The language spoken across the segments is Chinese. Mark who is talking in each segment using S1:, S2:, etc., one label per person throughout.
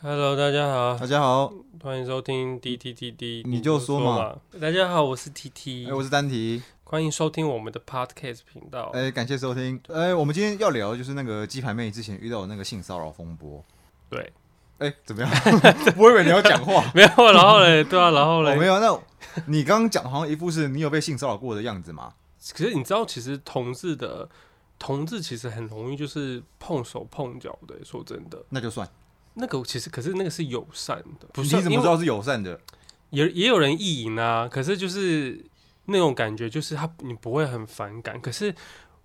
S1: Hello，大家好
S2: 大，家好，
S1: 欢迎收听 D T T D，
S2: 啊你就说嘛
S1: 大家好，我是 T
S2: 哎、
S1: T，
S2: 我是丹提，
S1: 欢迎收听我们的 Podcast 频道。
S2: 哎、感谢收听，哎、我们今天要聊的就是那个鸡排妹之前遇到的那个性骚扰风波，
S1: 对，
S2: 哎、怎么样？ 我以为你要讲话，
S1: 没有，然后 嘞，对啊，然 后
S2: 我、
S1: 嘞，
S2: 哦没有，那你刚刚讲的好像一副是你有被性骚扰过的样子嘛？
S1: 可是你知道，其实同志的同志其实很容易就是碰手碰脚的。说真的，
S2: 那就算，
S1: 那个其实可是那个是友善的，不是？啊
S2: 你怎么知道是友善的？
S1: 因为也也有人意淫啊，可是就是那种感觉，就是他你不会很反感。可是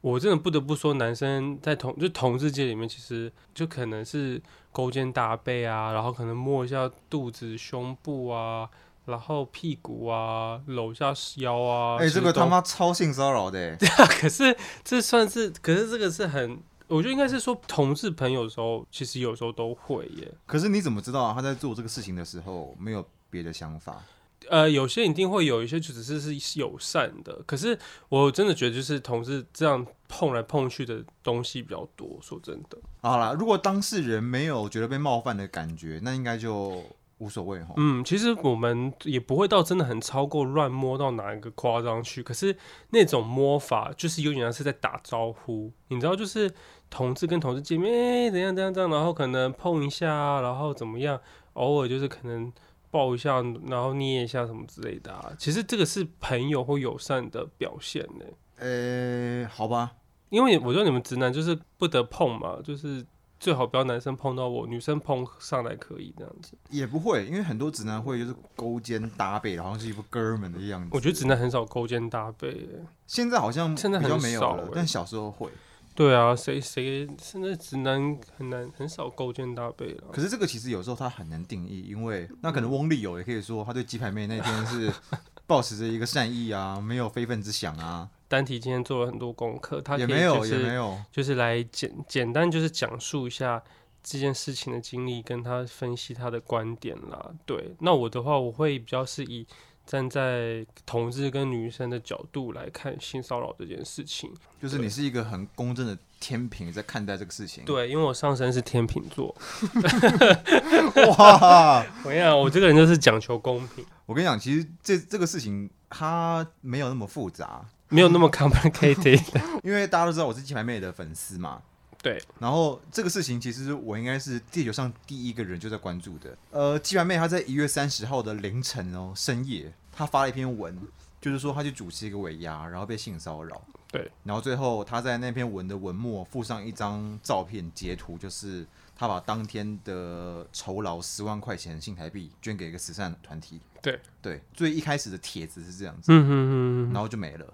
S1: 我真的不得不说，男生在同就同志界里面，其实就可能是勾肩搭背啊，然后可能摸一下肚子、胸部啊，然后屁股啊，搂一下腰啊。
S2: 哎、
S1: 其实
S2: 这个
S1: 都
S2: 他妈超性骚扰的、哎
S1: 可是这算是，可是这个是很，我觉得应该是说同志朋友的时候，其实有时候都会耶。
S2: 可是你怎么知道他在做这个事情的时候没有别的想法？
S1: 呃，有些一定会有一些就只是是友善的，可是我真的觉得就是同事这样碰来碰去的东西比较多。说真的，
S2: 好啦，如果当事人没有觉得被冒犯的感觉，那应该就无所谓哈。
S1: 嗯，其实我们也不会到真的很超过乱摸到哪一个夸张去，可是那种摸法就是有点像是在打招呼，你知道，就是同志跟同志见面，哎、怎样怎样怎样，然后可能碰一下啊，然后怎么样，偶尔就是可能抱一下，然后捏一下什么之类的、啊。其实这个是朋友或友善的表现哎呢、
S2: 呃、好吧，
S1: 因为我觉得你们直男就是不得碰嘛，就是最好不要男生碰到我，女生碰上来可以这样子。
S2: 也不会，因为很多直男会就是勾肩搭背，好像是一副哥们的样子。
S1: 我觉得直男很少勾肩搭背欸耶。
S2: 现在好像
S1: 现在很
S2: 比较没有
S1: 少
S2: 了
S1: 欸，
S2: 但小时候会。
S1: 对啊，谁谁现在直男很难很少勾肩搭背了。
S2: 可是这个其实有时候他很难定义，因为那可能翁立友也可以说他对鸡排妹那天是保持着一个善意啊，没有非分之想啊，
S1: 丹提今天做了很多功课，他可
S2: 也
S1: 以
S2: 没有、
S1: 就
S2: 也没
S1: 是
S2: 有。
S1: 就是来简简单就是讲述一下这件事情的经历，跟他分析他的观点啦。对，那我的话我会比较是以站在同志跟女生的角度来看性骚扰这件事情。
S2: 就是你是一个很公正的天平在看待这个事情。，
S1: 对，因为我上身是天秤座，
S2: 哇，
S1: 我跟你讲，我这个人就是讲求公平，
S2: 我跟你讲，其实这这个事情它没有那么复杂，
S1: 没有那么 complicated。
S2: 因为大家都知道我是鸡排妹的粉丝嘛。
S1: 对，
S2: 然后这个事情其实我应该是地球上第一个人就在关注的。呃，鸡排妹她在一月三十号的凌晨哦深夜，她发了一篇文，就是说她去主持一个尾牙，然后被性骚扰。
S1: 对，
S2: 然后最后她在那篇文的文末附上一张照片截图，就是她把当天的酬劳十万块钱新台币捐给一个慈善团体。
S1: 对
S2: 对，最一开始的帖子是这样子。
S1: 嗯哼哼
S2: 然
S1: 哼，
S2: 后就没了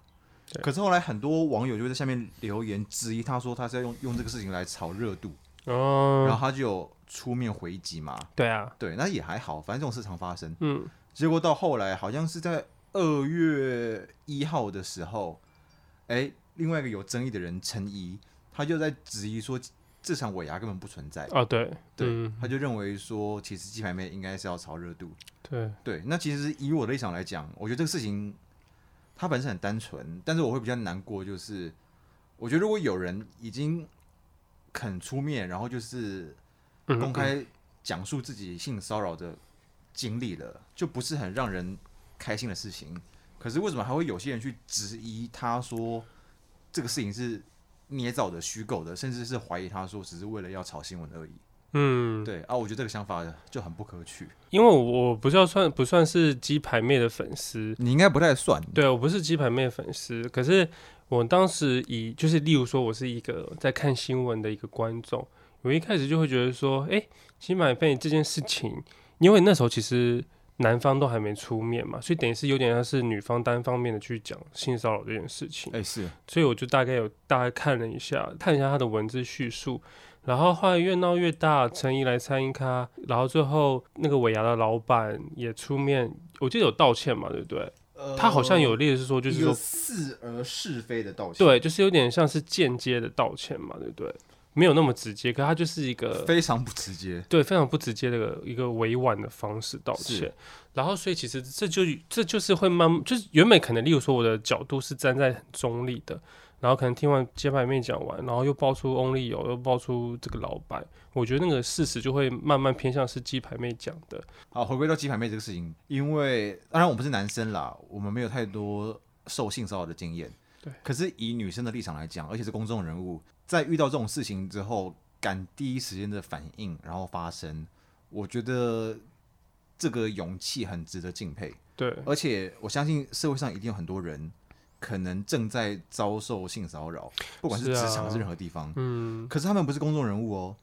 S1: 对。
S2: 可是后来很多网友就在下面留言质疑他，说他是要用用这个事情来炒热度，然后
S1: 哦，
S2: 他就有出面回击嘛。
S1: 对啊，
S2: 对，那也还好，反正这种事常发生。
S1: 嗯，
S2: 结果到后来好像是在二月一号的时候，哎，另外一个有争议的人陈怡，他就在质疑说这场尾牙根本不存在。
S1: 哦对，
S2: 对，
S1: 嗯
S2: 他就认为说其实鸡排妹应该是要炒热度。
S1: 对，
S2: 对，那其实以我的立场来讲，我觉得这个事情它本身很单纯，但是我会比较难过，就是我觉得如果有人已经肯出面，然后就是
S1: 嗯
S2: 公开讲述自己性骚扰的经历了，就不是很让人开心的事情。可是为什么还会有些人去质疑他说这个事情是捏造的、虚构的，甚至是怀疑他说只是为了要炒新闻而已？
S1: 嗯，
S2: 对啊，我觉得这个想法就很不可取。
S1: 因为我我不叫算不算是鸡排妹的粉丝，
S2: 你应该不太算，
S1: 对我不是鸡排妹的粉丝，可是我当时以就是例如说，我是一个在看新闻的一个观众，我一开始就会觉得说，哎、鸡排妹这件事情，因为那时候其实男方都还没出面嘛，所以等于是有点像是女方单方面的去讲性骚扰这件事情。
S2: 哎、是
S1: 所以我就大概有大概看了一下，看一下他的文字叙述，然后后来越闹越大，陈怡来参与咖，然后最后那个尾牙的老板也出面，我记得有道歉嘛，对不对？他好像有列是说，就是
S2: 呃一
S1: 说，
S2: 个似而是非的道歉，
S1: 对，就是有点像是间接的道歉嘛，对不对？没有那么直接，可他就是一个
S2: 非常不直接。
S1: 对非常不直接的一个委婉的方式道歉
S2: 是。
S1: 然后，所以其实这就这就是会慢，就是原本可能，例如说我的角度是站在很中立的，然后可能听完街牌妹讲完，然后又爆出 Only 有，又爆出这个老白，我觉得那个事实就会慢慢偏向是鸡排妹讲的。
S2: 好，回归到鸡排妹这个事情，因为当然我们是男生啦，我们没有太多受性骚扰的经验。
S1: 对，
S2: 可是以女生的立场来讲，而且是公众人物，在遇到这种事情之后，敢第一时间的反应，然后发声，我觉得这个勇气很值得敬佩。
S1: 对，
S2: 而且我相信社会上一定有很多人可能正在遭受性骚扰，不管是
S1: 是
S2: 职
S1: 啊
S2: 场还是任何地方。
S1: 嗯，
S2: 可是他们不是公众人物哦，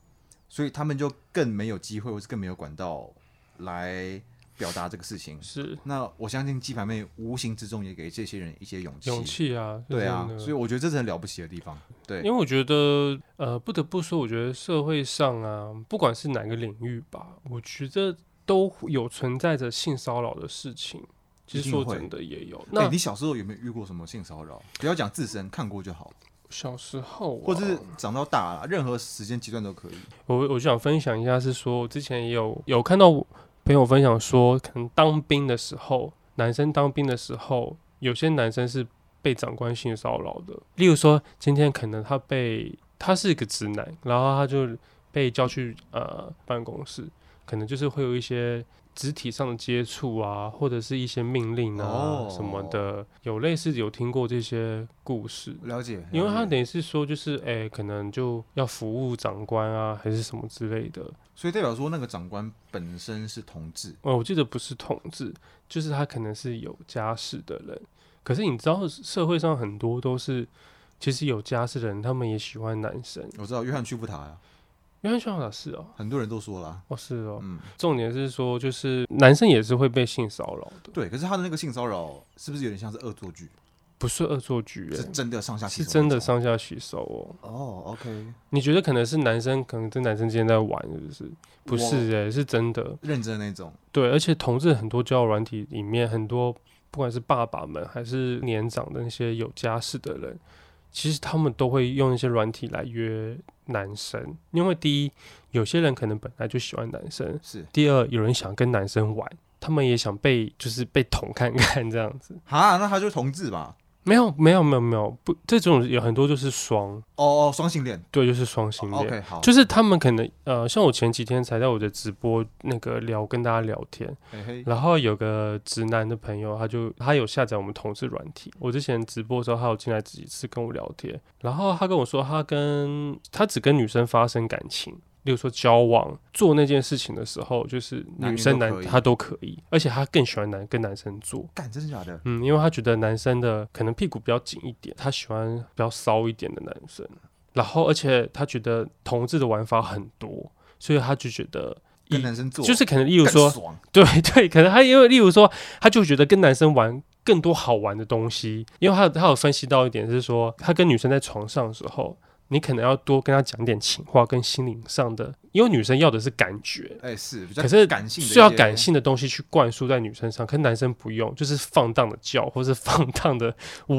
S2: 所以他们就更没有机会，或是更没有管道来表达这个事情。
S1: 是
S2: 那我相信鸡排妹无形之中也给这些人一些勇气，
S1: 勇气啊，是
S2: 对啊
S1: 真，的
S2: 所以我觉得这是很了不起的地方。对，
S1: 因为我觉得，呃，不得不说，我觉得社会上啊，不管是哪个领域吧，我觉得都有存在着性骚扰的事情。其实
S2: 一
S1: 说
S2: 定会
S1: 真的也有。
S2: 那、
S1: 那
S2: 哎你小时候有没有遇过什么性骚扰？不要讲自身，看过就好，
S1: 小时候、啊，
S2: 或者是长到大了，任何时间阶段都可以。
S1: 我我就想分享一下，是说我之前也有有看到朋友分享说，可能当兵的时候，男生当兵的时候，有些男生是被长官性骚扰的。例如说，今天可能他被他是一个直男，然后他就被叫去呃办公室，可能就是会有一些肢体上的接触啊，或者是一些命令啊
S2: 哦
S1: 什么的，有类似有听过这些故事。
S2: 了解，
S1: 因为他
S2: 了解
S1: 等于是说，就是诶、可能就要服务长官啊，还是什么之类的。
S2: 所以代表说那个长官本身是同志，
S1: 哦，我记得不是同志，就是他可能是有家室的人。可是你知道，社会上很多都是其实有家室的人，他们也喜欢男生。
S2: 我知道约翰屈服塔呀，
S1: 原来小老是哦，
S2: 很多人都说了，
S1: 哦是哦。
S2: 嗯，
S1: 重点是说，就是男生也是会被性骚扰的，
S2: 对。可是他的那个性骚扰是不是有点像是恶作剧？
S1: 不是恶作剧、
S2: 是
S1: 欸，
S2: 真的上下其
S1: 是
S2: 手
S1: 真的
S2: 那种
S1: 上下其手哦。
S2: 哦，OK，
S1: 你觉得可能是男生可能跟男生之间在玩，是不是？不是
S2: 我
S1: 诶、是真的。
S2: 认真的那种，
S1: 对，而且同志很多交友软体里面，很多不管是爸爸们还是年长的那些有家室的人，其实他们都会用一些软体来约男生，因为第一，有些人可能本来就喜欢男生；
S2: 是
S1: 第二，有人想跟男生玩，他们也想被就是被捅看看这样子。
S2: 哈，那他就是同志吧？
S1: 没有，没有，没有，没有，不，这种有很多就是双，
S2: 哦哦，双性恋
S1: 对，就是双性恋。
S2: 哦，OK，好，
S1: 就是他们可能呃，像我前几天才在我的直播那个聊跟大家聊天，
S2: 嘿嘿，
S1: 然后有个直男的朋友，他就他有下载我们同志软体。我之前直播的时候，他有进来几次跟我聊天，然后他跟我说，他跟他只跟女生发生感情，例如说交往做那件事情的时候，就是
S2: 男
S1: 女
S2: 女
S1: 生
S2: 都
S1: 男
S2: 可以
S1: 他都可以，而且他更喜欢男跟男生做。
S2: 干，真的假的？
S1: 嗯，因为他觉得男生的可能屁股比较紧一点，他喜欢比较骚一点的男生。然后，而且他觉得同志的玩法很多，所以他就觉得
S2: 跟
S1: 一
S2: 男生做，
S1: 就是可能，例如说
S2: 更，爽，
S1: 对对，可能他因为例如说，他就觉得跟男生玩更多好玩的东西，因为他有他有分析到一点是说，他跟女生在床上的时候，你可能要多跟他讲点情话跟心灵上的，因为女生要的是感觉，
S2: 哎，是比较
S1: 可是
S2: 感性的一些，
S1: 需要感性的东西去灌输在女生上，可是男生不用，就是放荡的叫或是放 荡的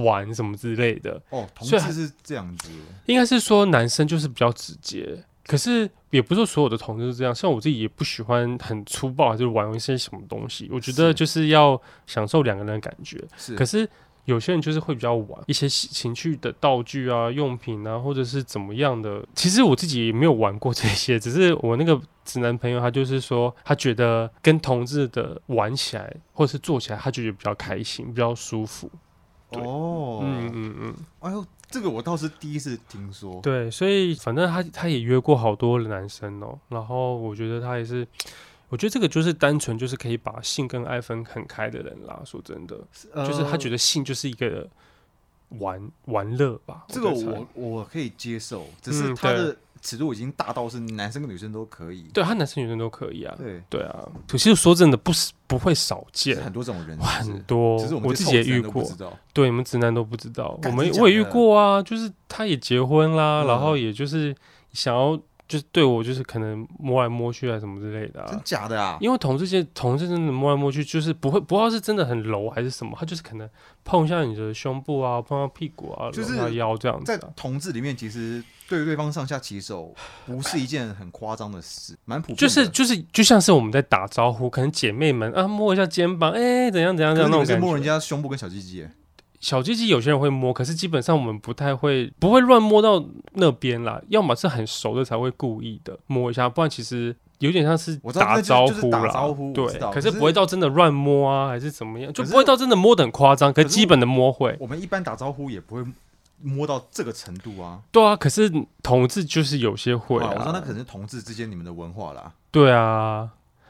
S1: 玩什么之类的，
S2: 哦，同
S1: 所以
S2: 志是这样子，
S1: 应该是说男生就是比较直接，可是也不是说所有的同志都这样。像我自己也不喜欢很粗暴，就是玩一些什么东西。我觉得
S2: 是
S1: 就是要享受两个人的感觉。
S2: 是，
S1: 可是有些人就是会比较玩一些喜情趣的道具啊、用品啊，或者是怎么样的。其实我自己也没有玩过这些， 只是我那个直男朋友他就是说，他觉得跟同志的玩起来或者是做起来，他就觉得比较开心、比较舒服。对
S2: 哦，
S1: 嗯嗯嗯。
S2: 哎呦，这个我倒是第一次听说，
S1: 对，所以反正他他也约过好多男生哦，然后我觉得他也是，我觉得这个就是单纯就是可以把性跟爱分很开的人啦。说真的，
S2: 呃嗯
S1: 就是他觉
S2: 得
S1: 得性就是一个玩玩乐吧。
S2: 这个
S1: 在猜
S2: 我我可以接受，只是
S1: 嗯
S2: 他
S1: 对
S2: 的尺度已经大到是男生跟女生都可以，
S1: 对他男生女生都可以啊。
S2: 对，
S1: 对啊，可是说真的不是不会少
S2: 是
S1: 见，
S2: 很多这种人，是不
S1: 很
S2: 是
S1: 多
S2: 只是我们
S1: 我
S2: 这
S1: 自
S2: 臭
S1: 己也
S2: 直男
S1: 遇
S2: 都不
S1: 过，
S2: 知道。
S1: 对，你们直男都不知道，我
S2: 干
S1: 们
S2: 真
S1: 我也
S2: 假
S1: 遇
S2: 的
S1: 过啊，就是他也结婚啦，
S2: 嗯
S1: 然后也就是想要就是对我就是可能摸来摸去啊什么之类的、
S2: 真
S1: 啊。
S2: 假的啊？
S1: 因为同志间同志真的摸来摸去，就是不会不知道是真的很柔还是什么，他就是可能碰一下你的胸部啊，碰到屁股啊，
S2: 就是
S1: 揉一下腰这样子
S2: 在
S1: 啊、
S2: 同志里面，其实对对方上下其手不是一件很夸张的事，蛮普遍的。
S1: 就是就是就像是我们在打招呼，可能姐妹们啊摸一下肩膀，哎、怎样怎样
S2: 可
S1: 怎
S2: 是
S1: 样
S2: 你
S1: 那
S2: 们
S1: 种
S2: 是
S1: 感
S2: 摸人
S1: 觉。
S2: 家胸部跟小鸡鸡耶，
S1: 小鸡鸡有些人会摸，可是基本上我们不太会，不会乱摸到那边啦。要么是很熟的才会故意的摸一下，不然其实有点像是
S2: 我知道那就
S1: 招
S2: 就是
S1: 呼
S2: 打
S1: 啦。
S2: 招呼我
S1: 对
S2: 知道，
S1: 可
S2: 可
S1: 是
S2: 是
S1: 不会到真的乱摸啊，还是怎么样，就
S2: 可是
S1: 不会到真的摸的很夸张，可
S2: 可是
S1: 基本的摸会。
S2: 我们一般打招呼也不会摸到这个程度啊。
S1: 对啊，可是同志就是有些会
S2: 啊我知道那
S1: 啊，
S2: 可能是同志之间你们的文化啦。
S1: 对啊。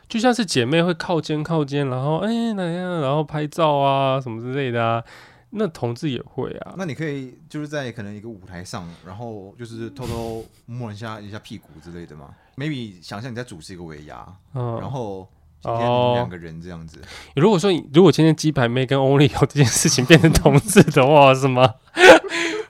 S1: 就像是姐妹会靠肩靠肩，然后哎、哪样，然后拍照啊什么之类的啊，那同志也会啊。
S2: 那你可以就是在可能一个舞台上，然后就是偷偷摸人家一下屁股之类的嘛。maybe 想象你在主持一个尾牙，
S1: 嗯，哦
S2: 然后今天你们两个人这样子，
S1: 如果说你如果今天鸡排妹跟 Only 有这件事情变成同志的话，是吗？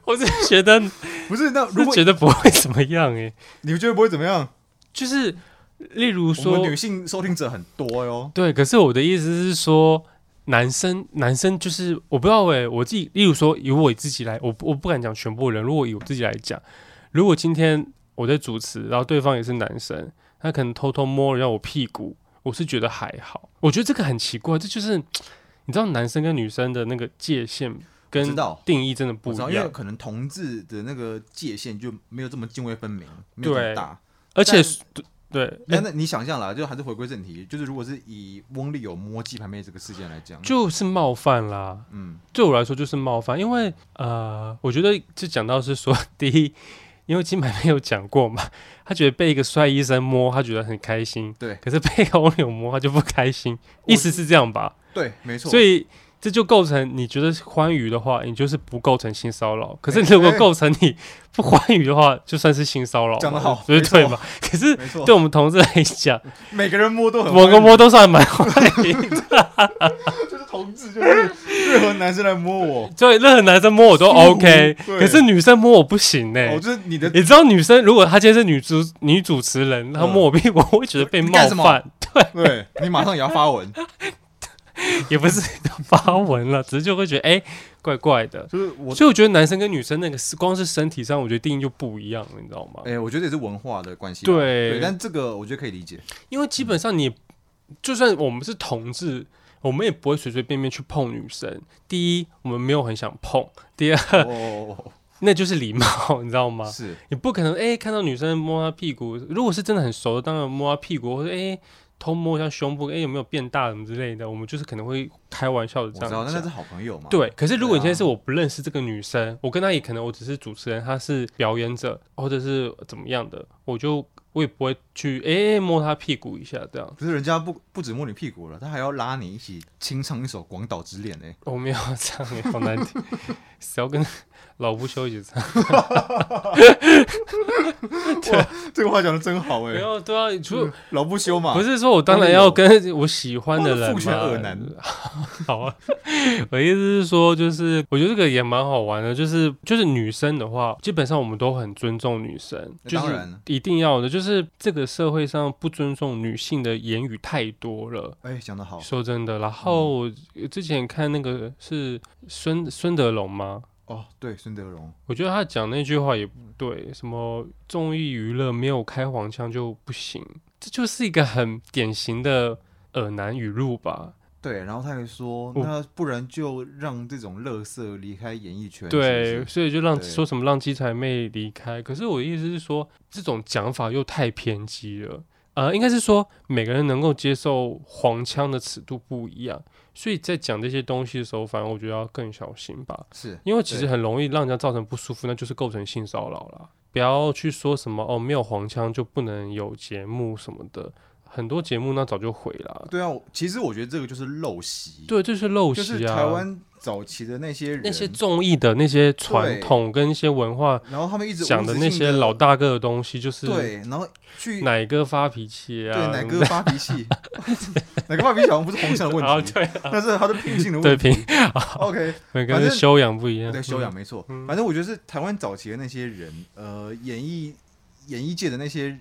S1: 我是觉得
S2: 不是？那如
S1: 是
S2: 果
S1: 觉得不会怎么样诶、
S2: 你们觉得不会怎么样？
S1: 就是例如
S2: 我
S1: 说
S2: 们女性收听者很多哟。
S1: 对，可是我的意思是说，男生男生就是我不知道诶、我自己例如说以我自己来，我不我不敢讲全部人，如果以我自己来讲，如果今天我在主持，然后对方也是男生，他可能偷偷摸了一下我屁股，我是觉得还好，我觉得这个很奇怪，这就是你知道男生跟女生的那个界限跟
S2: 我知道
S1: 定义真的不
S2: 我知道，
S1: 一
S2: 因为
S1: 样，
S2: 可能同志的那个界限就没有这么泾渭分明，没有这
S1: 对
S2: 么大。
S1: 而且
S2: 但
S1: 是对，
S2: 那
S1: 哎
S2: 那你想象啦，就还是回归正题，就是如果是以翁立友摸鸡排妹这个事件来讲，
S1: 就是冒犯啦。
S2: 嗯，
S1: 对我来说就是冒犯，因为呃，我觉得就讲到是说， 第一，因为金牌没有讲过嘛， 他觉得被一个帅医生摸，他觉得很开心，
S2: 对
S1: 可是被欧柳摸，他就不开心，
S2: 我
S1: 意思是这样吧？
S2: 对，没错。
S1: 所以这就构成你觉得欢愉的话，你就是不构成性骚扰；可是如果
S2: 哎
S1: 构成你不欢愉的话，就算是性骚扰嘛，
S2: 讲 得好
S1: 所以
S2: 没错
S1: 对嘛？可是
S2: 没错，
S1: 对我们同志来讲，
S2: 每个人摸都很
S1: 摸跟
S2: 欢
S1: 摸都算蛮欢愉的。
S2: 迎， 就是同志，就是任何男生来摸我，
S1: 所以任何男生摸 我都
S2: 舒服
S1: 哦 OK，
S2: 对
S1: 可是女生摸我不行欸呢、
S2: 哦，就是 你的
S1: 你知道女生如果她今天是女主女主持人，她摸我屁股，我会觉得被
S2: 你
S1: 冒
S2: 干什么
S1: 犯，
S2: 对你马上也要发文，
S1: 也不是发文了，只是就会觉得哎、怪怪的。
S2: 就是 我
S1: 所以我觉得男生跟女生那个是光是身体上，我觉得定义就不一样了，你知道吗？
S2: 哎、我觉得也是文化的关系啦。
S1: 对
S2: 对，但这个我觉得可以 理解。
S1: 因为基本上你就算我们是同志，我们也不会随随便便去碰女生。第一，我们没有很想碰；第二，
S2: 哦，
S1: 那就是礼貌， 你知道吗？
S2: 是，
S1: 你不可能哎、看到女生摸她屁股，如果是真的很熟的，当然摸她屁股，或者哎、偷摸一下胸部，哎、有没有变大什么之类的，我们就是可能会开玩笑的
S2: 我
S1: 这
S2: 知道，
S1: 样
S2: 但那是
S1: 讲。
S2: 好朋友嘛。，
S1: 对，可是如果
S2: 对
S1: 你
S2: 啊
S1: 现在是我不认识这个女生，我跟她也可能我只是主持人，她是表演者或者是怎么样的，我就我也不会去哎、摸她屁股一下这样。
S2: 不是人家不不止摸你屁股了，他还要拉你一起清唱一首《广岛之恋》呢。欸
S1: 我没有唱哎、好难听，谁要跟老不休一起唱？
S2: 这个话讲的真好哎
S1: 没有对啊，除
S2: 嗯老不休嘛。
S1: 不是说我当然要跟我喜欢的人
S2: 父权恶男
S1: 嘛 好啊，我意思是说，就是我觉得这个也蛮好玩的，就是就是女生的话，基本上我们都很尊重女生，
S2: 那
S1: 就是
S2: 当然
S1: 一定要的，就是这个社会上不尊重女性的言语太多了。
S2: 哎，讲的好，
S1: 说真的，然后我之前看那个是孙孙德龙吗？
S2: 哦，对，孙德荣，
S1: 我觉得他讲那句话也不对，什么综艺娱乐没有开黄腔就不行，这就是一个很典型的耳男语录吧？
S2: 对，然后他还说，
S1: 我
S2: 那不然就让这种乐色离开演艺圈，是
S1: 对，
S2: 不是
S1: 所以就让
S2: 对
S1: 说什么让鸡才妹离开。可是我的意思是说，这种讲法又太偏激了。呃，应该是说每个人能够接受黄腔的尺度不一样，所以在讲这些东西的时候，反正我觉得要更小心吧。
S2: 是
S1: 因为其实
S2: 对
S1: 很容易让人家造成不舒服，那就是构成性骚扰啦。不要去说什么哦，没有黄腔就不能有节目什么的，很多节目那早就毁了。
S2: 对啊，我其实我觉得这个就是陋习，
S1: 对，这是陋
S2: 就是
S1: 习啊。
S2: 台湾早期的那些人，
S1: 那些综艺的那些传
S2: 对
S1: 统跟一些文化
S2: 然后他们一直
S1: 讲
S2: 无
S1: 的
S2: 止
S1: 那
S2: 境
S1: 些
S2: 地
S1: 老大哥的东西，就是
S2: 对，然后去
S1: 奶哥发脾气啊，
S2: 对奶
S1: 什么
S2: 哥发 脾气， 奶哥发脾气好像不是红线的
S1: 的啊，
S2: 问题，
S1: 对
S2: 那是他的品性的
S1: 对
S2: 问题。
S1: 平，
S2: OK，
S1: 每个
S2: 反
S1: 人
S2: 正
S1: 修养不一样，
S2: 对修养
S1: 嗯。
S2: 没错
S1: 嗯。
S2: 反正我觉得是台湾早期的那些人，呃，演艺演艺界的那些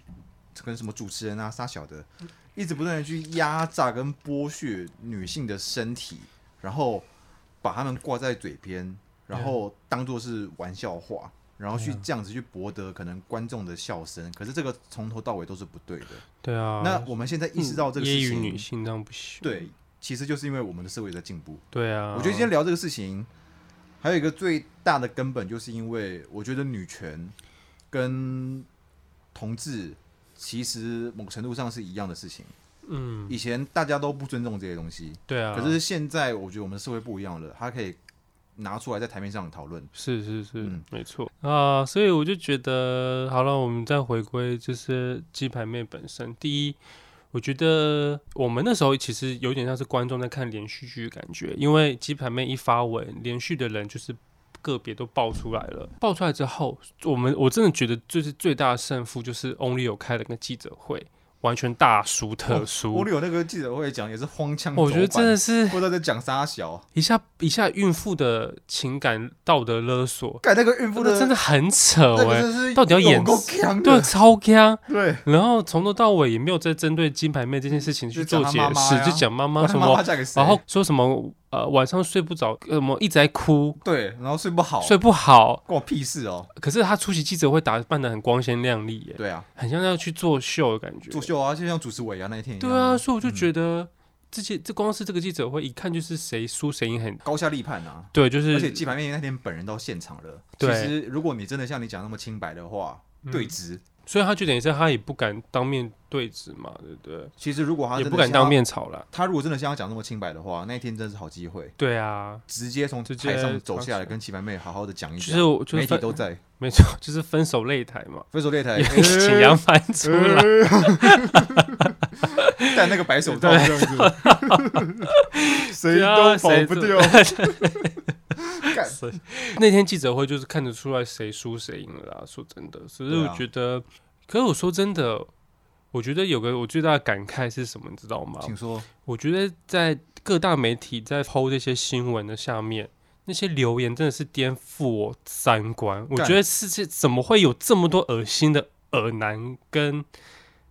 S2: 可能什么主持人啊、撒小的，一直不断的去压榨跟剥削女性的身体，然后把他们挂在嘴边，然
S1: 嗯
S2: 后当做是玩笑话。然后去这样子去博得可能观众的笑声，可是这个从头到尾都是不对的。
S1: 对啊，嗯
S2: 那我们现在意识到这个事
S1: 揶揄
S2: 情，
S1: 女性这样不行。
S2: 对，其实就是因为我们的社会在进步。
S1: 对啊，
S2: 我觉得今天聊这个事情，还有一个最大的根本，就是因为我觉得女权跟同志其实某个程度上是一样的事情。
S1: 嗯，
S2: 以前大家都不尊重这些东西，
S1: 对啊，
S2: 可是现在我觉得我们社会不一样了，它可以拿出来在台面上讨论。
S1: 是是是，
S2: 嗯
S1: 没错啊，所以我就觉得，好了，我们再回归就是鸡排妹本身。第一，我觉得我们那时候其实有点像是观众在看连续剧的感觉，因为鸡排妹一发文，连续的人就是个别都爆出来了。爆出来之后，我们我真的觉得就是最大的胜负就是 Only 有开了个记者会，完全大输特输。哦
S2: 我哦有那个记者会讲也是荒腔走板，
S1: 我觉得真的是
S2: 不知道在讲啥小，
S1: 一下一下孕妇的情感道德勒索，
S2: 改那个孕妇
S1: 那真
S2: 的
S1: 的很扯
S2: 那
S1: 哎、
S2: 个真的是
S1: 到底要演
S2: 有够强
S1: 对，啊
S2: 的，
S1: 超强。
S2: 对，
S1: 然后从头到尾也没有在针对金牌妹这件事情去做解
S2: 就讲她妈妈
S1: 释，
S2: 呀
S1: 就讲妈妈
S2: 把他
S1: 什
S2: 妈妈
S1: 么，
S2: 嫁给谁？
S1: 然后说什么呃晚上睡不着，呃什么一直在哭，
S2: 对，然后睡不好，
S1: 睡不好。
S2: 关我屁事哦。
S1: 可是她出席记者会打扮的很光鲜亮丽耶，
S2: 对啊，
S1: 很像要去做秀的感觉。
S2: 作秀嗯啊，就像主持尾牙那一天一样。
S1: 对啊，，所以我就觉得这些这光是这个记者会一看就是谁输谁赢很
S2: 高下立判啊。
S1: 对，就
S2: 而且
S1: 是
S2: 鸡排妹那天本人到现场了。其
S1: 对嗯
S2: 实如果你真的像你讲那么清白的话，对质，
S1: 所以她就等于是她也不敢当面对质嘛，对不对？
S2: 其实如果他
S1: 也
S2: 真的
S1: 不敢
S2: 像
S1: 当，面吵啦。
S2: 他如果真的像他讲那么清白的话，那一天真的是好机会，
S1: 对啊，
S2: 直接从
S1: 直接
S2: 台上走下来
S1: 发
S2: 跟鸡排妹好好的讲一
S1: 就
S2: 讲。
S1: 是我就
S2: 媒
S1: 是
S2: 体
S1: 分
S2: 都在，
S1: 没错，就是分手擂台嘛。
S2: 分手 擂台，
S1: 请杨凡出来。
S2: 呃 戴那个白手套这样子，谁
S1: 对
S2: 都
S1: 啊
S2: 跑
S1: 谁
S2: 不
S1: 都
S2: 掉。干
S1: 那天记者会就是看得出来谁输谁赢了啦。啊说真的，只是
S2: 对
S1: 我
S2: 啊
S1: 觉得，可是我说真的，我觉得有个我最大的感慨是什么，你知道吗？
S2: 请说，
S1: 我觉得在各大媒体在抛这些新闻的下面。那些留言真的是颠覆我三观，我
S2: 干
S1: 觉得世界怎么会有这么多恶心的耳男跟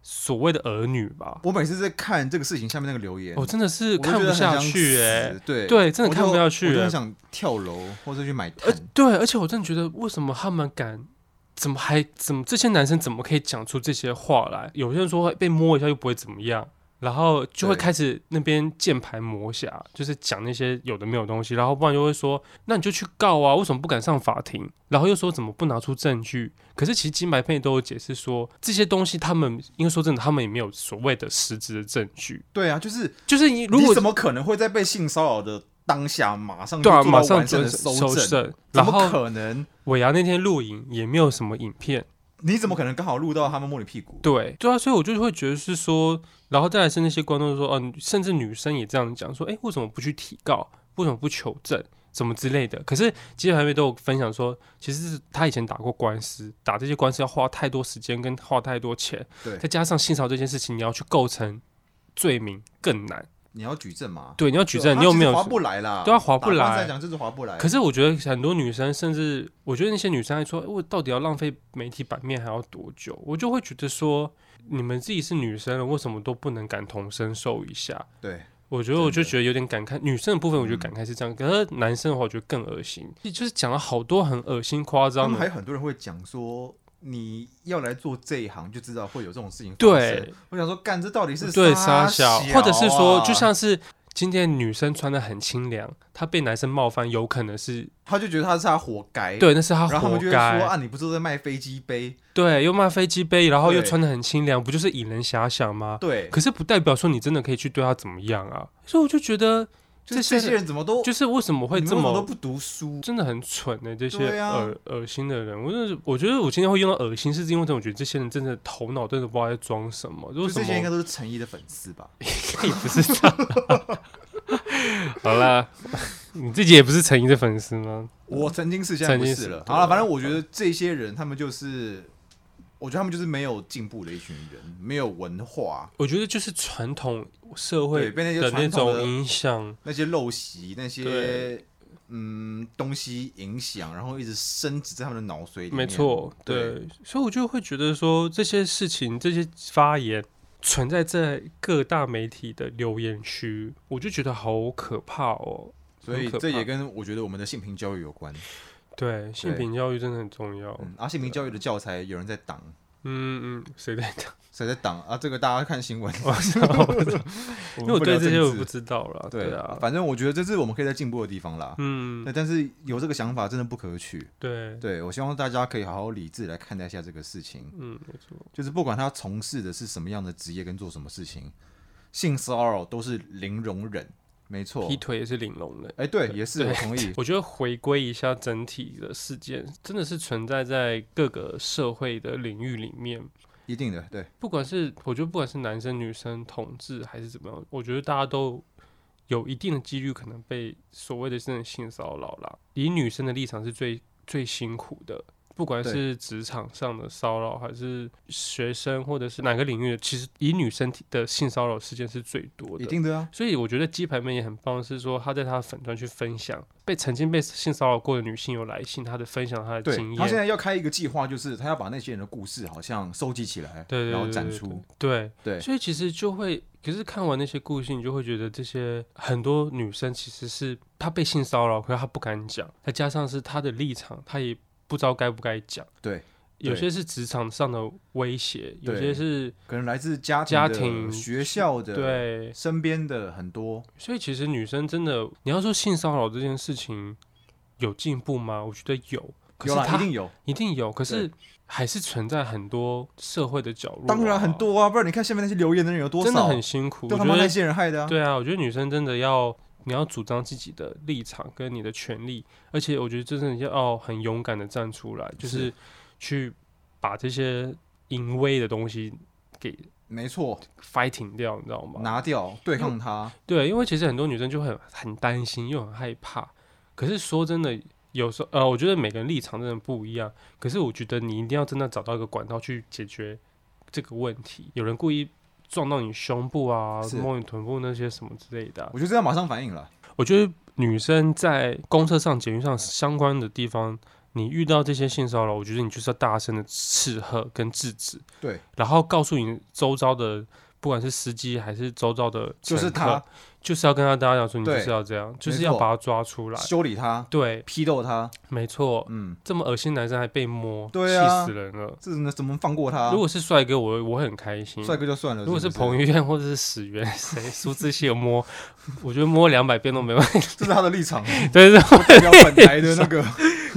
S1: 所谓的儿女吧？
S2: 我每次在看这个事情下面那个留言，
S1: 我真的哦是
S2: 我就觉
S1: 看不
S2: 得很
S1: 下
S2: 想
S1: 去
S2: 死
S1: 哎、
S2: 对
S1: 对真的
S2: 我
S1: 看
S2: 就
S1: 不下去
S2: 我就
S1: 欸
S2: 很想跳楼或者去买
S1: 而
S2: 炭。
S1: 对，而且我真的觉得，为什么他们敢？怎么还怎么这些男生怎么可以讲出这些话来？有些人说被摸一下又不会怎么样，然后就会
S2: 对
S1: 开始那边键盘磨牙，就是讲那些有的没有的东西，然后不然就会说，那你就去告啊，为什么不敢上法庭？然后又说怎么不拿出证据？可是其实金牌配都有解释说，这些东西他们因为说真的，他们也没有所谓的实质的证据，
S2: 对啊，就是
S1: 就是你如果
S2: 你怎么可能会在被性骚扰的当下马上就
S1: 对啊，
S2: 做到
S1: 马上
S2: 完整
S1: 就
S2: 的
S1: 收
S2: 证？
S1: 证，
S2: 怎
S1: 然
S2: 么
S1: 后
S2: 可能？
S1: 尾牙那天录影也没有什么影片。
S2: 你怎么可能刚好录到他们摸你屁股？
S1: 对对啊，所以我就会觉得是说，然后再来是那些观众说，哦、甚至女生也这样讲说，哎，为什么不去提告？为什么不求证？什么之类的？可是其实还没都有分享说，其实是他以前打过官司，打这些官司要花太多时间跟花太多钱，
S2: 对
S1: 再加上性骚扰这件事情，你要去构成罪名更难。
S2: 你要举证嘛？
S1: 对，你要举证，
S2: 啊他
S1: 你有
S2: 其实
S1: 没有
S2: 划？不来啦？
S1: 对啊划不来
S2: 打官司来讲就是划不来。
S1: 可是我觉得很多女生，甚至我觉得那些女生还说，诶我到底要浪费媒体版面还要多久？我就会觉得说，你们自己是女生了，为什么都不能感同身受一下？
S2: 对，
S1: 我觉得我就
S2: 真的
S1: 觉得有点感慨，女生的部分我觉得
S2: 嗯
S1: 感慨是这样，可是男生的话我觉得更恶心，就是讲了好多很恶心夸
S2: 他
S1: 张
S2: 们还
S1: 的，
S2: 有很多人会讲说，你要来做这一行就知道会有这种事情发生。
S1: 对
S2: 我想说，干这到底是
S1: 对，
S2: 沙
S1: 傻小，
S2: 啊
S1: 或者是说，就像是今天女生穿的很清凉，她被男生冒犯，有可能是
S2: 他就觉得他是他活该。
S1: 对，那是她
S2: 然后他
S1: 活
S2: 们就会说
S1: 该，
S2: 啊，你不是都在卖飞机杯？
S1: 对，又骂飞机杯，然后又
S2: 对
S1: 穿的很清凉，不就是引人遐想吗？
S2: 对，
S1: 可是不代表说你真的可以去对他怎么样啊。所以我就觉得
S2: 就是
S1: 些
S2: 这些
S1: 人
S2: 人怎么都
S1: 就是为什么会
S2: 哦你们
S1: 这
S2: 为什
S1: 么
S2: 都不读书？
S1: 真的很蠢呢、这些
S2: 对啊
S1: 恶恶心的人，我真的是我觉得我今天会用到恶心，是因为我觉得这些人真的头脑真的不知道在装什么，就
S2: 就是
S1: 什
S2: 这些应该
S1: 么
S2: 都是陈毅的粉丝吧？
S1: 也不知道。啊 好啦，你自己也不是陈怡的粉丝 吗？
S2: 我曾经是，现在不
S1: 曾
S2: 是
S1: 经是
S2: 了。
S1: 对
S2: 好了，反正我觉得这些人，他们就是，我觉得他们就是没有进步的一群人，没有文化，
S1: 我觉得就是传统社
S2: 对，
S1: 会
S2: 被那些
S1: 的那
S2: 传统
S1: 种
S2: 的
S1: 影响，
S2: 那些陋习、那些
S1: 对
S2: 嗯东西影响，然后一直深植在他们的脑髓里面。
S1: 没错，
S2: 对，
S1: 对，所以我就会觉得说这些事情、这些发言存在在各大媒体的留言区，我就觉得好可怕哦。
S2: 所以
S1: 很可怕
S2: 这也跟我觉得我们的性平教育有关。
S1: 对，性
S2: 对
S1: 平教育真的很重要。
S2: 嗯，啊，性平教育的教材有人在挡，
S1: 嗯嗯，谁在讲？
S2: 谁在挡啊？这个大家看新闻，
S1: 因
S2: 因
S1: 为我对这些我不
S2: 不
S1: 知道了。
S2: 对
S1: 对啊，
S2: 反正我觉得这是我们可以在进步的地方啦。
S1: 嗯
S2: 那、，但是有这个想法真的不可取。
S1: 对，
S2: 对我希望大家可以好好理智来看待一下这个事情，
S1: 嗯，没错，
S2: 就是不管他从事的是什么样的职业跟做什么事情，性骚扰都是零容忍，没错
S1: 劈。腿也是玲珑的。
S2: 哎、对，也是，
S1: 对
S2: 我 同意。
S1: 我觉得回归一下整体的事件，真的是存在在各个社会的领域里面。
S2: 一定的，对，
S1: 不管是我觉得不管是男生女生统治还是怎么样，我觉得大家都有一定的几率可能被所谓的这种性骚扰啦。以女生的立场是最最辛苦的，不管
S2: 对
S1: 是职场上的骚扰，还是学生或者是哪个领域的，其实以女生的性骚扰事件是最多
S2: 一
S1: 的。
S2: 定的啊，
S1: 所以我觉得鸡排妹也很棒，是说她在她的粉团去分享被曾经被性骚扰过的女性有来信，她的分享她的
S2: 对
S1: 经验。
S2: 他现在要开一个计划，就是他要把那些人的故事好像收集起来，
S1: 对对对
S2: 然后
S1: 对
S2: 展
S1: 对
S2: 出，
S1: 对，
S2: 对
S1: 所以其实就会，可是看完那些故事，你就会觉得这些很多女生其实是她被性骚扰，可是她不敢讲，再加上是她的立场，她也不知道该不该讲。
S2: 对，
S1: 有
S2: 对
S1: 些是职场上的威胁，有些
S2: 对
S1: 是
S2: 可能来自家庭、
S1: 家庭
S2: 学校的、
S1: 对，
S2: 身边的很多，
S1: 所以其实女生真的，你要说性骚扰这件事情有进步吗？我觉得有，可
S2: 有
S1: 是
S2: 啦，
S1: 她
S2: 一定有，
S1: 一定有，可是还是存在很多社会的角落、
S2: 当然很，多啊啊，不然你看下面那些留言的人有多少，
S1: 真的很辛苦。
S2: 都
S1: 我
S2: 他
S1: 觉
S2: 妈
S1: 得
S2: 那些人害的啊，
S1: 对啊，我觉得女生真的要，你要主张自己的立场跟你的权利，而且我觉得真的要哦很勇敢的站出来，就是
S2: 是
S1: 去把这些淫威的东西给
S2: 没错，
S1: fighting 掉，你知道吗？
S2: 拿掉对抗他，
S1: 对，因为其实很多女生就会很很担心又很害怕，可是说真的。有时候，呃，我觉得每个人立场真的不一样，可是我觉得你一定要真的找到一个管道去解决这个问题。有人故意撞到你胸部啊、
S2: 是
S1: 摸你臀部那些什么之类的啊、
S2: 我觉得这要马上反应了，
S1: 我觉得女生在公车上、捷运上相关的地方，你遇到这些性骚扰，我觉得你就是要大声的斥喝跟制止，
S2: 对，
S1: 然后告诉你周遭的，不管是司机还是周遭的乘
S2: 就
S1: 客，
S2: 是他
S1: 就是要跟他大家讲说，你就
S2: 对
S1: 是要这样，就
S2: 没
S1: 是要
S2: 错
S1: 把他抓出来。
S2: 修理他，
S1: 对，
S2: 批斗他，
S1: 没错，
S2: 嗯，
S1: 这么恶心男生还被摸，
S2: 对啊
S1: 气死人了。
S2: 这能怎么放过他
S1: 如？果是帅哥，我我会很开心。
S2: 帅哥就算了，
S1: 如果
S2: 是
S1: 是
S2: 不
S1: 彭于晏或者是史源，谁苏志燮摸，我觉得摸两百遍都没问题。
S2: 这是他的立场，
S1: 对，是
S2: 我代表本台的那个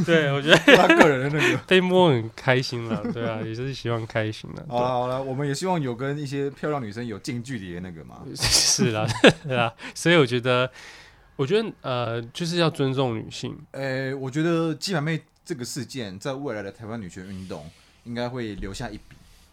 S1: 对，我觉得。
S2: 他个人的 那个。
S1: 被摸很开心 了，对啊，也是希望开心啊了。
S2: 好了好了，我们也希望有跟一些漂亮女生有近距离的那个嘛，
S1: 对 是 啦，对啊，所以我觉得，我觉得呃，就是要尊重女性，
S2: 诶、呃我觉得鸡排妹这个事件在未来的台湾女权运动应该会留下一笔。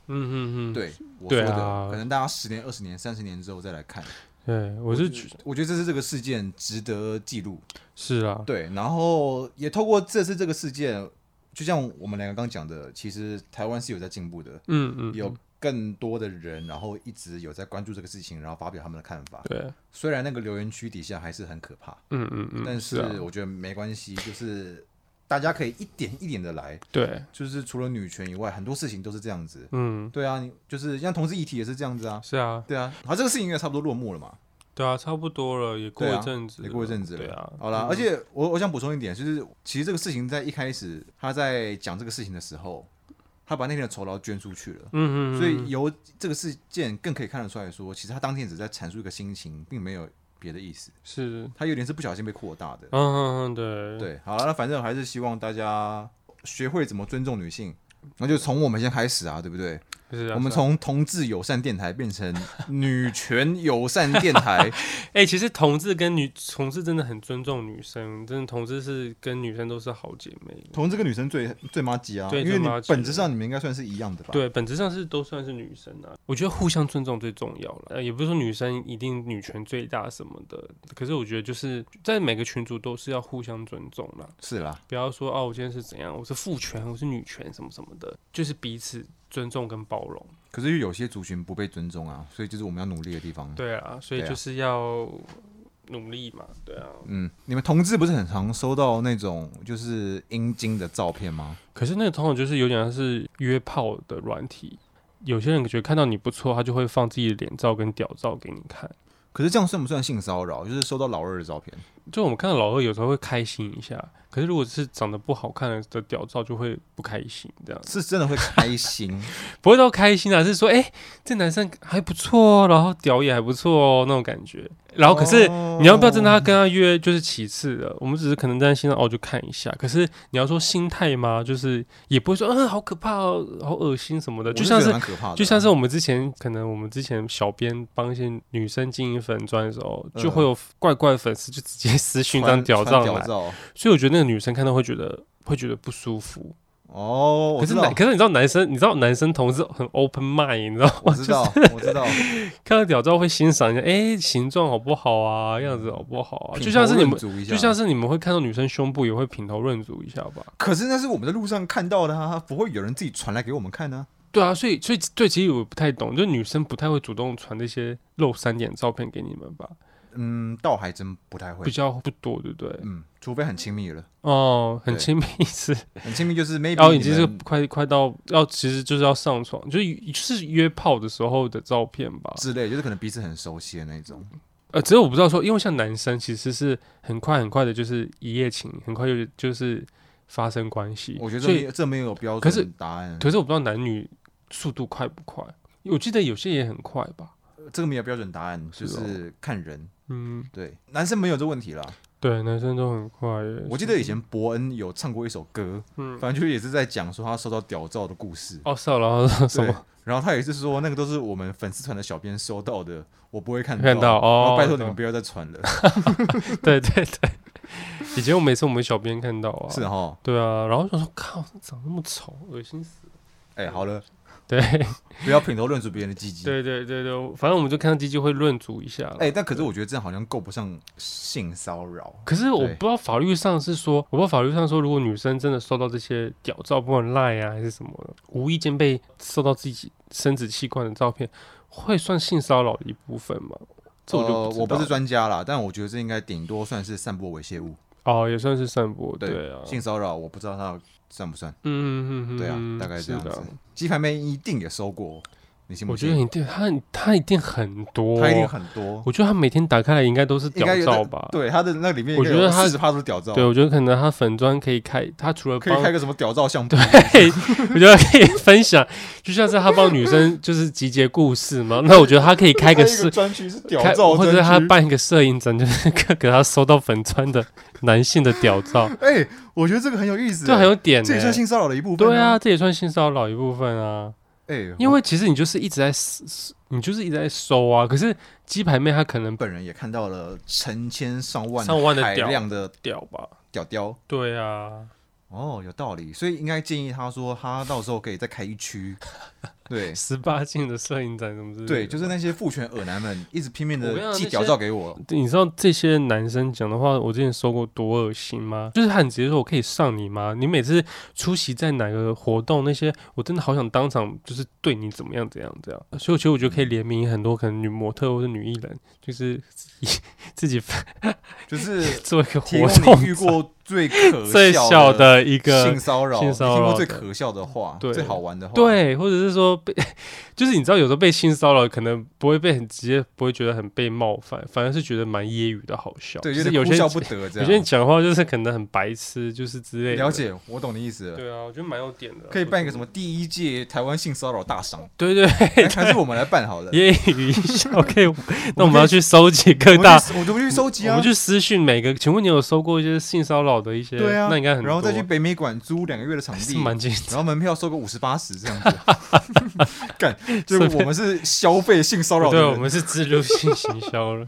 S1: 嗯嗯嗯，
S2: 对，我说
S1: 对
S2: 的，
S1: 啊
S2: 可能大家十年、二十年、三十年之后再来看，
S1: 对，我是觉
S2: 我觉得这是这个事件值得记录。
S1: 是啊，
S2: 对，然后也透过这次这个事件，就像我们两个刚讲的，其实台湾是有在进步的，
S1: 嗯嗯，
S2: 有
S1: 嗯
S2: 更多的人，然后一直有在关注这个事情，然后发表他们的看法。
S1: 对，
S2: 虽然那个留言区底下还是很可怕，
S1: 嗯嗯嗯，
S2: 但
S1: 是
S2: 是
S1: 啊
S2: 我觉得没关系，就是大家可以一点一点的来，
S1: 对，
S2: 就是除了女权以外，很多事情都是这样子。
S1: 嗯，
S2: 对啊，你就是像同志议题也是这样子啊。
S1: 是啊，
S2: 对啊，好，这个事情应该差不多落幕了嘛，
S1: 对啊，差不多了，也过
S2: 对啊
S1: 一阵子了，
S2: 也过一阵子了
S1: 对啊，
S2: 好啦，
S1: 嗯
S2: 而且我我想补充一点，就是其实这个事情在一开始他在讲这个事情的时候，他把那天的酬劳捐出去了，
S1: 嗯嗯，嗯
S2: 所以由这个事件更可以看得出来说，其实他当天只是在阐述一个心情，并没有别的意思，
S1: 是，
S2: 他有点是不小心被扩大的
S1: 嗯。嗯嗯，对，
S2: 对，好了，那反正还是希望大家学会怎么尊重女性。那就从我们先开始啊，对不对？
S1: 是啊，
S2: 我们
S1: 是啊
S2: 从同志友善电台变成女权友善 电台，
S1: 哎，其实同志跟女同志真的很尊重女生，真的同志是跟女生都是好姐妹，
S2: 同志跟女生最最妈鸡啊，
S1: 对
S2: 因为你
S1: 最麻吉
S2: 本质上你们应该算是一样的吧？
S1: 对，本质上是都算是女生啊。我觉得互相尊重最重要了，呃，也不是说女生一定女权最大什么的，可是我觉得就是在每个群组都是要互相尊重啦，
S2: 是啦，
S1: 不要说哦，我今天是怎样，我是父权，我是女权什么什么的，就是彼此尊重跟包容。
S2: 可是有些族群不被尊重啊，所以就是我们要努力的地方。，
S1: 对啊，所以
S2: 对啊
S1: 就是要努力嘛，对啊。
S2: 嗯，你们同志不是很常收到那种就是阴茎的照片吗？
S1: 可是那个通常就是有点像是约炮的软体。有些人觉得看到你不错，他就会放自己的脸照跟屌照给你看。
S2: 可是这样算不算性骚扰？就是收到老二的照片？
S1: 就我们看到老二有时候会开心一下，可是如果是长得不好看的屌照，就会不开心这样。
S2: 是真的会开心，
S1: 不会到开心啊，是说哎、诶这男生还不错哦，然后屌也还不错哦那种感觉。 然后可是你要不要跟
S2: 哦
S1: 他跟他约，就是其次的，我们只是可能在心上哦就看一下。可是你要说心态嘛，就是也不会说嗯好可怕哦，好恶心什么的，
S2: 我
S1: 就
S2: 觉
S1: 像
S2: 得
S1: 是
S2: 蛮可怕的啊，
S1: 就像是我们之前可能我们之前小编帮一些女生经营粉砖的时候，就会有怪怪粉丝就直接私讯
S2: 传
S1: 当屌
S2: 传
S1: 照
S2: 屌
S1: 来，
S2: 照
S1: 所以我觉得那个女生看到会觉得会觉得不舒服。
S2: 哦，我
S1: 可是
S2: 知道
S1: 男，可是你知道男生，你知道男生同志很 open mind，你知道 吗？
S2: 我知道，我知道，
S1: 看到屌照会欣赏一下，哎、形状好不好啊，样子好不好啊？
S2: 品
S1: 就像是
S2: 头
S1: 你
S2: 论
S1: 们，
S2: 足一
S1: 就
S2: 下
S1: 像是你们会看到女生胸部也会品头论足一下吧？
S2: 可是那是我们在路上看到的啊，不会有人自己传来给我们看呢、
S1: 对啊，所以所以对，其实我不太懂，就是女生不太会主动传这些露三点照片给你们吧？
S2: 嗯，倒还真不太
S1: 比
S2: 会。
S1: 较不多，对不对？
S2: 嗯，除非很亲密了，
S1: 哦，很
S2: 对
S1: 亲密 是，
S2: 很亲密就是 maybe
S1: 然后已经是
S2: 你们
S1: 快快到要，其实就是要上床，就是就是约炮的时候的照片吧？
S2: 之类，就是可能彼此很熟悉的那种。
S1: 呃，只是我不知道说，因为像男生其实是很快很快的，就是一夜情，很快就就是发生关系。
S2: 我觉得
S1: 所
S2: 这
S1: 以
S2: 没这没有标
S1: 可是
S2: 准答案，
S1: 可是我不知道男女速度快不快，我记得有些也很快吧。
S2: 这个没有标准答案，就是
S1: 哦
S2: 是看人。
S1: 嗯，
S2: 对，男生没有这问题啦。
S1: 对，男生都很快耶。
S2: 我记得以前伯恩有唱过一首歌，
S1: 嗯，
S2: 反正就是也是在讲说他收到屌照的故事。
S1: 哦，是哦，然后 什
S2: 对
S1: 么？
S2: 然后他也是说，那个都是我们粉丝团的小编收到的，我不会看到。
S1: 看到哦
S2: 然后拜托
S1: 我
S2: 你
S1: 懂
S2: 们不要再传了，
S1: 对对对， 以前我每次我们小编看到啊，
S2: 是哈。
S1: 对啊，然后想说靠，这长那么丑，恶心死了。
S2: 哎，好了，
S1: 对
S2: 不要品头论足别人的鸡鸡。
S1: 对对对对，反正我们就看到鸡鸡会论足一下啦。
S2: 嗯哎、但可是我觉得这样好像够不上性骚扰。
S1: 可是我
S2: 对
S1: 不知道法律上是说，我不知道法律上说，如果女生真的收到这些屌照，不管赖啊还是什么的，无意间被收到自己生殖器官的照片，会算性骚扰的一部分吗？这我就
S2: 呃
S1: 不知道、
S2: 我不是专家啦，但我觉得这应该顶多算是散播猥亵物。
S1: 哦，也算是散播，
S2: 对
S1: 啊，
S2: 性骚扰我不知道它算不算。
S1: 嗯嗯嗯，
S2: 对啊，
S1: 嗯
S2: 大概
S1: 是
S2: 这样
S1: 的
S2: 子。鸡排妹一定也收过，你信不
S1: 我觉
S2: 信？
S1: 得一定，他他一定很多，
S2: 她一定很多，
S1: 我觉得他每天打开来应该都是
S2: 应
S1: 屌
S2: 该有
S1: 照
S2: 的
S1: 吧？
S2: 对，她的那里面
S1: 我觉得她
S2: 四十趴都是屌照，
S1: 对，我觉得可能他粉砖可以开，他除了
S2: 可以
S1: 帮
S2: 开个什么屌照相簿？
S1: 对，我觉得可以分享，就像是他帮女生就是集结故事嘛。那我觉得他可以开个
S2: 个
S1: 摄，
S2: 专区是屌
S1: 开
S2: 照
S1: 或者是他
S2: 专区。
S1: 办一个摄影展，就是给给他收到粉川的男性的屌照，
S2: 哎、我觉得这个很有意思、哎
S1: 这很有点、
S2: 这也算
S1: 欸。
S2: 性骚扰的一部分、
S1: 对啊，
S2: 啊，
S1: 这也算性骚扰一部分啊。
S2: 哎、
S1: 因
S2: 我
S1: 为其实你就是一直在撕，撕你就是一直在收啊。可是鸡排妹她可能
S2: 本人也看到了成千上万、
S1: 上万的
S2: 海
S1: 屌
S2: 量的
S1: 屌吧？
S2: 屌屌。
S1: 对啊，
S2: 哦，有道理，所以应该建议他说，他到时候可以再开 一区，对
S1: 十八禁的摄影展什么之类的。
S2: 对，就是那些父权耳男们一直拼命
S1: 我跟你
S2: 的
S1: 讲
S2: 寄
S1: 那
S2: 屌
S1: 些
S2: 照给我，
S1: 对你知道这些男生讲的话，我之前说过多恶心吗？就是他很直接说，我可以上你吗？你每次出席在哪个活动，那些我真的好想当场就是对你怎么样怎样怎样。所以我觉得我觉得可以联名很多可能女模特或者女艺人，就是自己自己
S2: 就是
S1: 做一个
S2: 提
S1: 活
S2: 供你遇
S1: 动，
S2: 过 最 可
S1: 最小
S2: 的
S1: 的一个
S2: 性骚扰，
S1: 性
S2: 你
S1: 骚
S2: 听过
S1: 扰
S2: 最
S1: 的
S2: 可笑的话，
S1: 对
S2: 最好玩的话，，
S1: 对，或者是说被， 就是你知道有时候被性骚扰，可能不会被很直接，不会觉得很被冒犯，反而是觉得蛮揶揄的好笑。
S2: 对，
S1: 就
S2: 有
S1: 是有
S2: 点哭
S1: 些
S2: 笑不得这
S1: 有些人
S2: 样。
S1: 讲话就是可能很白痴，就是之类的。
S2: 了解，我懂你意思了。
S1: 对啊，我觉得蛮有点的。
S2: 可以办一个什
S1: 么？
S2: 么第一届台湾性骚扰大赏，
S1: 对对，
S2: 哎还是我们来办好了。
S1: 业余一 下 OK。那我们要去收集各大，
S2: 我们就我们就去收集
S1: 我
S2: 啊
S1: 们，去私讯每个。请问你有收过一些性骚扰的一些？
S2: 对啊，
S1: 那应该很多。
S2: 然后再去北美馆租两个月的场
S1: 是
S2: 地，
S1: 蛮精
S2: 然后门票收个五十八十这 样子，干，就
S1: 随
S2: 是
S1: 便
S2: 我们是消费性骚扰的
S1: 对，
S2: 人，
S1: 我们是自入性行销 了。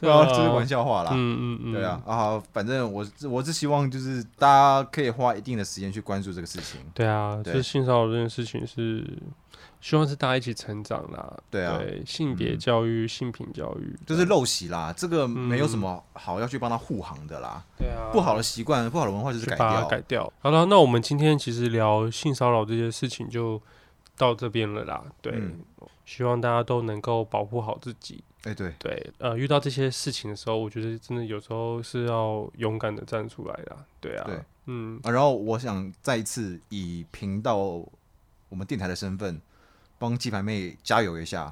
S2: 对啊，这是玩笑话啦。
S1: 嗯嗯嗯，
S2: 对啊，，啊，反正我是我是希望就是大家可以花一定的时间去关注这个事情。
S1: 对啊，
S2: 对
S1: 这性骚扰这件事情是希望是大家一起成长啦。
S2: 对啊
S1: 性别
S2: 嗯
S1: 教育、性平教育，
S2: 就是陋习啦，这个没
S1: 嗯
S2: 有什么好要去帮他护航的啦。
S1: 对啊
S2: 不好的习惯、不好的文化就是
S1: 就
S2: 改
S1: 把它
S2: 掉。
S1: 改掉。好了，那我们今天其实聊性骚扰这件事情就到这边了啦。对，
S2: 嗯
S1: 希望大家都能够保护好自己。
S2: 哎，对，
S1: 对，呃，遇到这些事情的时候，我觉得真的有时候是要勇敢的站出来啦。对啊，
S2: 对
S1: 嗯，
S2: 啊，然后我想再一次以频道我们电台的身份，帮鸡排妹加油一 下。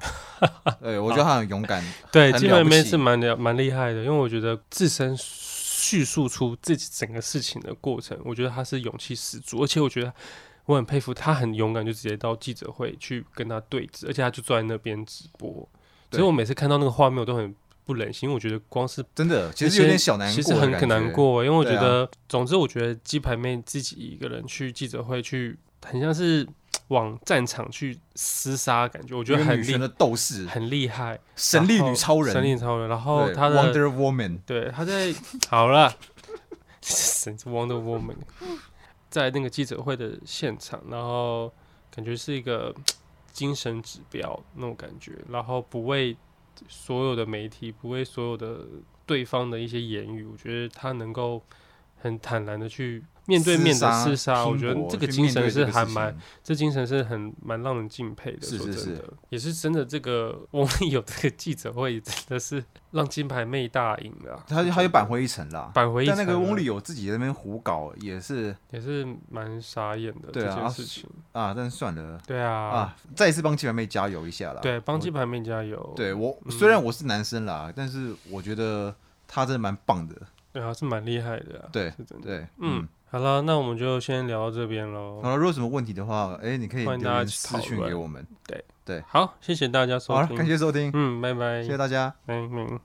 S2: 对，我觉得她很勇敢，
S1: 对，
S2: 很
S1: 基
S2: 了
S1: 本
S2: 不
S1: 妹
S2: 起
S1: 是蛮了蛮厉害的，因为我觉得自身叙述出自己整个事情的过程，我觉得他是勇气十足，而且我觉得我很佩服他，很勇敢，就直接到记者会去跟他对峙，而且他就坐在那边直播。
S2: 对
S1: 所以我每次看到那个画面，我都很不忍心，因为我觉得光是
S2: 真的，其
S1: 那
S2: 实有
S1: 些
S2: 点小难过，
S1: 其实很很难。过，欸因为我觉
S2: 对啊
S1: 得，总之我觉得鸡排妹自己一个人去记者会去，很像是往战场去厮杀的感觉，我觉得
S2: 因为
S1: 很
S2: 女
S1: 厉
S2: 权的斗士，
S1: 很厉害，
S2: 神力
S1: 然后
S2: 女超人，
S1: 神力女超人，然后
S2: 对
S1: 她的
S2: Wonder Woman，
S1: 对，他在好了，神是 Wonder Woman，在那个记者会的现场，然后感觉是一个精神指标那种感觉，然后不为所有的媒体，不为所有的对方的一些言语，我觉得他能够很坦然的去面对面的厮杀，我
S2: 拼
S1: 觉得
S2: 搏
S1: 这个
S2: 去
S1: 精
S2: 面
S1: 神
S2: 对
S1: 是
S2: 这个
S1: 还
S2: 事
S1: 蛮
S2: 情
S1: 这精神是很蛮让人敬佩的，
S2: 是
S1: 说
S2: 是
S1: 真
S2: 是
S1: 的，也是真的。这个我们有这个记者会，真的是让金牌妹大赢了、
S2: 他他又扳回一城啦。
S1: 扳回一城
S2: 但
S1: 了，
S2: 那个翁里有自己在那边胡搞也是
S1: 也是蛮傻眼的
S2: 对
S1: 这
S2: 啊
S1: 件
S2: 啊
S1: 事情。
S2: 啊，但是算了
S1: 对啊，
S2: 啊，再一次帮鸡排妹加油一下啦。
S1: 对，帮
S2: 我
S1: 金牌妹加油。
S2: 对我
S1: 嗯
S2: 虽然我是男生啦，但是我觉得他真的蛮棒的。
S1: 对啊，还是蛮厉害的、啊。
S2: 对
S1: 是真的。
S2: 对，嗯
S1: 嗯，，好了，那我们就先聊到这边喽
S2: 好。了，如果有什么问题的话，哎，你可以
S1: 欢
S2: 留
S1: 迎大家
S2: 言
S1: 去
S2: 私
S1: 讨
S2: 讯
S1: 论
S2: 给我们。
S1: 好，谢谢大家收
S2: 好了，
S1: 听。
S2: 感谢收听，
S1: 嗯，拜拜。
S2: 谢谢大家。
S1: 嗯嗯。